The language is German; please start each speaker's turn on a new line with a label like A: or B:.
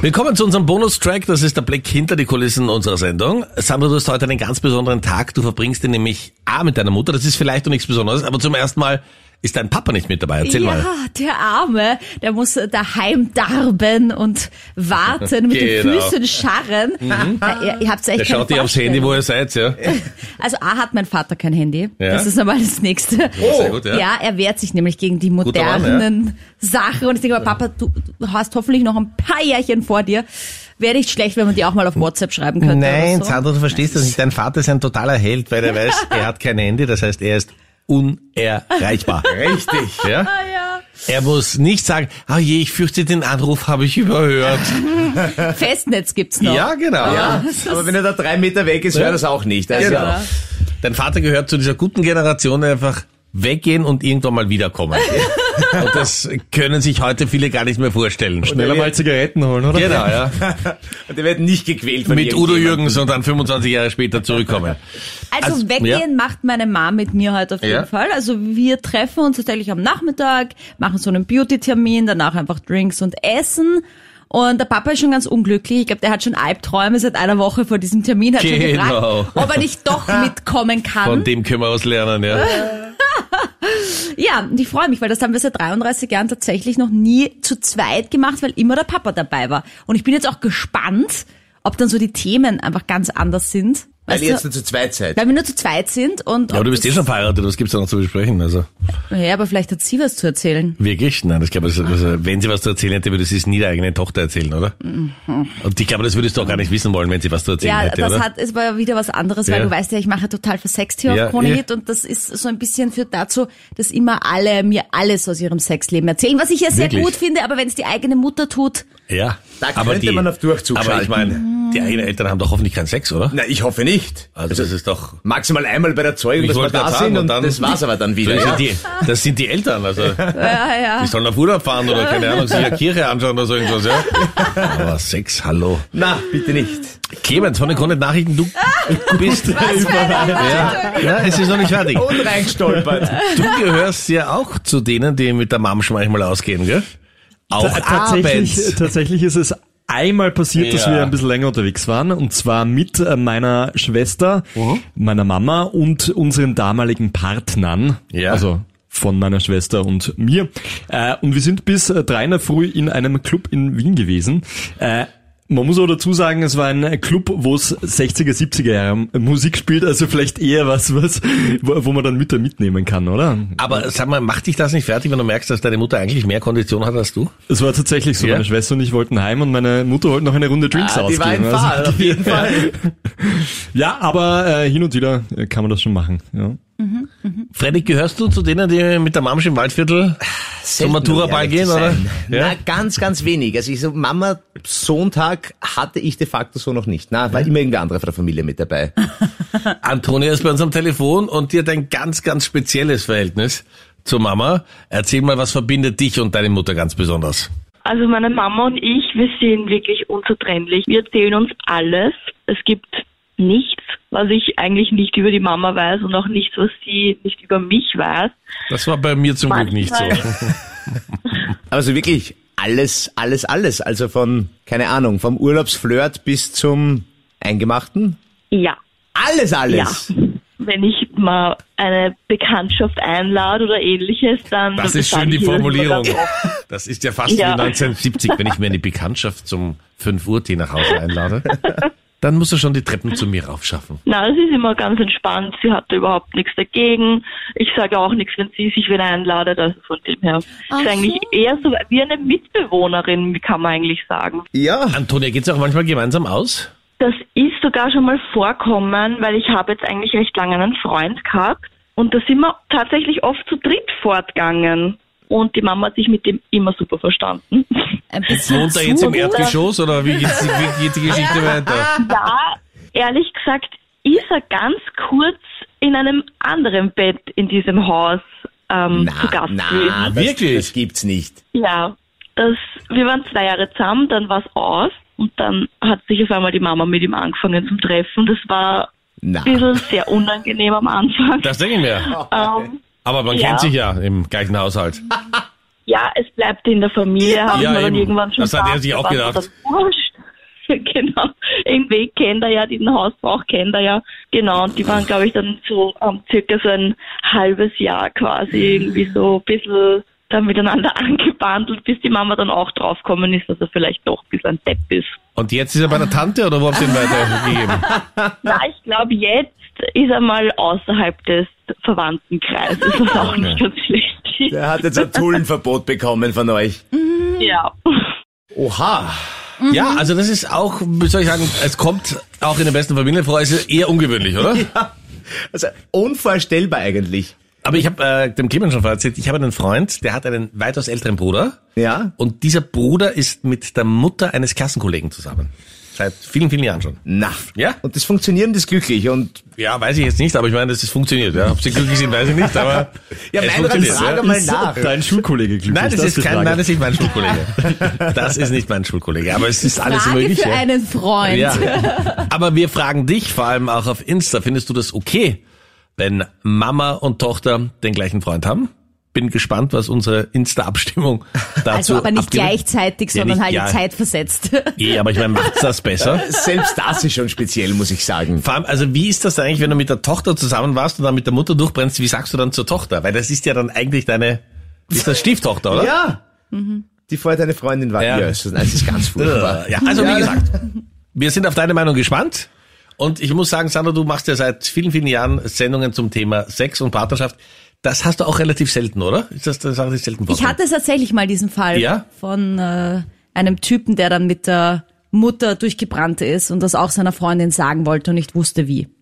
A: Willkommen zu unserem Bonustrack. Das ist der Blick hinter die Kulissen unserer Sendung. Sandra, du hast heute einen ganz besonderen Tag. Du verbringst ihn nämlich A mit deiner Mutter. Das ist vielleicht noch nichts Besonderes, aber zum ersten Mal ist dein Papa nicht mit dabei. Erzähl
B: ja,
A: mal.
B: der Arme, der muss daheim darben und warten, mit
A: Genau. Mhm.
B: den Füßen scharren. Ja, ihr, ihr habt's echt
A: Der
B: keine
A: schaut nicht aufs
B: Vorstellung.
A: Handy, wo ihr seid, ja.
B: Also A hat mein Vater kein Handy.
A: Ja.
B: Das ist einmal das Nächste.
A: Sehr gut, ja.
B: Ja. er wehrt sich nämlich gegen die
A: Guter Mann,
B: modernen Sachen. Und ich denke mal, Papa, du, du hast hoffentlich noch ein paar Jährchen vor dir. Wäre nicht schlecht, wenn man die auch mal auf WhatsApp schreiben könnte.
A: Nein,
B: oder so.
A: Sandra, du verstehst das nicht. Dein Vater ist ein totaler Held, weil er weiß, er hat kein Handy. Das heißt, er ist unerreichbar. Richtig. Ja?
B: Ah, ja.
A: Er muss nicht sagen, ah je, ich fürchte, den Anruf habe ich überhört.
B: Festnetz gibt's noch.
A: Ja, genau.
C: Ja, aber wenn er da drei Meter weg ist, wäre das auch nicht. Also,
A: Genau. Dein Vater gehört zu dieser guten Generation, die einfach weggehen und irgendwann mal wiederkommen. und das können sich heute viele gar nicht mehr vorstellen.
D: Schneller mal Zigaretten holen, oder?
A: Genau, ja.
C: Und die werden nicht gequält von
A: Mit Udo
C: irgendjemandem.
A: Jürgens und dann 25 Jahre später zurückkommen.
B: Also,
A: Also,
B: weggehen
A: ja.
B: macht meine Mom mit mir heute auf jeden
A: Ja.
B: Fall. Also wir treffen uns tatsächlich am Nachmittag, machen so einen Beauty-Termin, danach einfach Drinks und Essen. Und der Papa ist schon ganz unglücklich. Ich glaube, der hat schon Albträume seit einer Woche vor diesem Termin. Hat schon
A: Genau.
B: gefragt, ob er nicht doch mitkommen
A: Von
B: kann.
A: dem können wir was lernen, ja.
B: Ja, und ich freue mich, weil das haben wir seit 33 Jahren tatsächlich noch nie zu zweit gemacht, weil immer der Papa dabei war. Und ich bin jetzt auch gespannt, ob dann so die Themen einfach ganz anders sind.
C: Weil
B: Weißt
C: ihr jetzt
B: du,
C: nur zu zweit seid.
B: weil wir nur zu zweit sind und...
A: Aber
B: ob
A: du bist eh
B: das-
A: schon verheiratet, was gibt's da noch zu besprechen? Also
B: Ja, aber vielleicht hat sie was zu erzählen.
A: wirklich? Nein, ich glaube, das- also, wenn sie was zu erzählen hätte, würde sie es nie der eigenen Tochter erzählen, oder? Und ich glaube, das würdest du auch gar nicht wissen wollen, wenn sie was zu erzählen
B: Ja,
A: hätte,
B: das
A: oder?
B: hat, es war wieder was anderes, weil
A: Ja.
B: du weißt ja, ich mache total versext hier
A: Ja,
B: auf Krone
A: ja.
B: Hit und das ist so ein bisschen führt dazu, dass immer alle mir alles aus ihrem Sexleben erzählen, was ich ja sehr
A: Wirklich?
B: gut finde, aber wenn es die eigene Mutter tut,
A: ja,
C: Da könnte man auf Durchzug
A: Aber ich
C: schalten.
A: meine, die eigenen Eltern haben doch hoffentlich keinen Sex, oder?
C: Na, ich hoffe nicht.
A: Also das ist doch
C: Maximal einmal bei der Zeugung,
A: Ich
C: dass wir
A: wollte
C: da
A: grad
C: sind
A: sagen, und
C: und
A: dann-
C: das war's aber dann wieder.
A: Das,
C: Ja.
A: sind die, das sind die Eltern, also
B: ja, ja.
A: die sollen auf Urlaub fahren oder keine Ahnung, sich eine Kirche anschauen oder so irgendwas, ja. Aber Sex, hallo.
C: Na, bitte nicht.
A: Clemens von den Grundnet Nachrichten, du bist
B: also
A: ja, ja, es ist noch nicht fertig.
C: Unreingestolpert.
A: Du gehörst ja auch zu denen, die mit der Mom schon manchmal ausgehen, gell? Auch
D: Ta- tatsächlich,
C: äh,
D: äh,
A: abends.
D: tatsächlich ist es einmal passiert, dass
A: Ja.
D: wir ein bisschen länger unterwegs waren und zwar mit äh, meiner Schwester,
A: Mhm.
D: meiner Mama und unseren damaligen Partnern,
A: Ja.
D: also von meiner Schwester und mir. Äh, und wir sind bis äh, drei in der Früh in einem Club in Wien gewesen. Äh, man muss auch dazu sagen, es war ein Club, wo es 60er, 70er Jahre Musik spielt, also vielleicht eher was, was, wo, wo man dann Mütter mitnehmen kann, oder?
A: Aber sag mal, macht dich das nicht fertig, wenn du merkst, dass deine Mutter eigentlich mehr Kondition hat als du?
D: Es war tatsächlich so,
A: Ja?
D: meine Schwester und ich wollten heim und meine Mutter wollte noch eine Runde Drinks
C: Ah, die war
D: ausgeben. Also,
C: ein Fall,
A: also.
C: auf jeden Fall.
D: ja, aber äh, hin und wieder äh, kann man das schon machen. Ja.
A: Freddy, gehörst du zu denen, die mit der Mom schon im Waldviertel zum
C: Selten, um
A: Matura-Ball
C: ehrlich
A: gehen,
C: zu
A: oder?
C: sein. Na, ganz, ganz wenig. Also ich so, Mama-Sohntag hatte ich de facto so noch nicht. Na, war immer irgendwer andere von der Familie mit dabei.
A: Antonia ist bei uns am Telefon und die hat ein ganz, ganz spezielles Verhältnis zur Mama. Erzähl mal, was verbindet dich und deine Mutter ganz besonders?
E: Also meine Mama und ich, wir sind wirklich unzertrennlich. Wir erzählen uns alles. Es gibt nichts, was ich eigentlich nicht über die Mama weiß und auch nichts, was sie nicht über mich weiß.
A: Das war bei mir zum Glück nicht so.
C: Aber so Also wirklich alles, alles, alles. Also von, keine Ahnung, vom Urlaubsflirt bis zum Eingemachten.
E: Ja,
C: Alles, alles.
E: Ja. wenn ich mal eine Bekanntschaft einlade oder ähnliches, dann...
A: Das ist
E: sage
A: schön
E: ich
A: die
E: ihr das mal
A: Formulierung.
E: ganz offen.
A: Das ist ja fast
E: Ja.
A: wie 1970, wenn ich mir eine Bekanntschaft zum 5 Uhr Tee nach Hause einlade. Dann muss er schon die Treppen zu mir raufschaffen.
E: Na, das ist immer ganz entspannt. Sie hat da überhaupt nichts dagegen. Ich sage auch nichts, wenn sie sich wieder einladet. Also von dem her.
B: Ach
E: ist eigentlich
B: so.
E: eher so wie eine Mitbewohnerin, kann man eigentlich sagen.
C: Ja.
A: Antonia, geht's auch manchmal gemeinsam aus?
E: Das ist sogar schon mal vorkommen, weil ich habe jetzt eigentlich recht lange einen Freund gehabt und da sind wir tatsächlich oft zu dritt fortgegangen. Und die Mama hat sich mit dem immer super verstanden.
B: ein bisschen
A: Wohnt er
B: zu,
A: jetzt im
B: oder?
A: Erdgeschoss oder wie geht's, wie geht die Geschichte weiter?
E: Ja, ehrlich gesagt, ist er ganz kurz in einem anderen Bett in diesem Haus ähm, zu
C: Na,
E: Gast
C: na,
E: gewesen.
C: das,
A: Wirklich?
C: das gibt's nicht.
E: Ja, das, wir waren zwei Jahre zusammen, dann war es aus und dann hat sich auf einmal die Mama mit ihm angefangen zum Treffen. Das war
C: Na.
E: ein bisschen sehr unangenehm am Anfang.
A: Das denke ich mir.
E: Ähm,
A: Aber man
E: Ja.
A: kennt sich ja im gleichen Haushalt.
E: ja, es bleibt in der Familie, haben wir dann
A: eben.
E: irgendwann schon
A: Das hat er
E: gesagt,
A: sich auch
E: da war
A: gedacht.
E: das wurscht. genau, den Weg kennt er ja, diesen Hausbrauch kennt er ja. Genau, und die waren, glaube ich, dann so ähm, circa so ein halbes Jahr quasi irgendwie so ein bisschen da miteinander angebandelt, bis die Mama dann auch draufgekommen ist, dass er vielleicht doch ein bisschen ein Depp ist.
A: Und jetzt ist er bei der Tante oder wo habt ihr ihn weitergegeben?
E: Na, ich glaube, jetzt ist er mal außerhalb des Verwandtenkreises, was auch nicht ganz schlecht ist.
C: Der hat jetzt ein Tullenverbot bekommen von euch.
E: Ja.
C: Oha.
A: Ja, also das ist auch, wie soll ich sagen, es kommt auch in den besten Familien vor, es ist eher ungewöhnlich, oder?
C: Also unvorstellbar eigentlich.
A: Aber ich habe äh, dem Clemens schon vorher erzählt, ich habe einen Freund, der hat einen weitaus älteren Bruder.
C: Ja.
A: Und dieser Bruder ist mit der Mutter eines Klassenkollegen zusammen. Seit vielen, vielen Jahren schon.
C: Na.
A: Ja?
C: Und das Funktionieren ist glücklich und
A: Ja, weiß ich jetzt nicht, aber ich meine, dass es funktioniert. Ja. Ob sie glücklich sind, weiß ich nicht, aber
C: Ja,
A: es
C: nein,
A: funktioniert.
C: dann frag
A: ja.
C: mal
D: Ist
C: nach.
D: Dein Schulkollege glücklich.
A: Nein, das,
D: die
A: ist kein,
D: Frage.
A: nein, das ist nicht mein Schulkollege. Das ist nicht mein Schulkollege, aber es ist alles
B: Frage
A: möglich.
B: für
A: ja.
B: einen Freund. Also
A: Ja. Aber wir fragen dich vor allem auch auf Insta. Findest du das okay, wenn Mama und Tochter den gleichen Freund haben? Bin gespannt, was unsere Insta-Abstimmung dazu
B: Also aber nicht
A: abgibt.
B: gleichzeitig,
A: Ja,
B: sondern
A: nicht-
B: halt
A: ja.
B: zeitversetzt.
A: Eh, aber ich meine, macht's das besser?
C: selbst das ist schon speziell, muss ich sagen.
A: Vor allem, also wie ist das eigentlich, wenn du mit der Tochter zusammen warst und dann mit der Mutter durchbrennst, wie sagst du dann zur Tochter? Weil das ist ja dann eigentlich deine, ist das Stieftochter, oder?
C: Ja. Die vorher deine Freundin war.
A: Ja.
C: Ja, es ist, es ist ganz furchtbar.
A: Äh, ja, also wie gesagt, wir sind auf deine Meinung gespannt. Und ich muss sagen, Sandra, du machst ja seit vielen, vielen Jahren Sendungen zum Thema Sex und Partnerschaft. Das hast du auch relativ selten, oder? Ist das eine Sache, die selten
B: Ich
A: vorkommt?
B: hatte es tatsächlich mal diesen Fall
A: Ja?
B: von äh, einem Typen, der dann mit der Mutter durchgebrannt ist und das auch seiner Freundin sagen wollte und nicht wusste wie.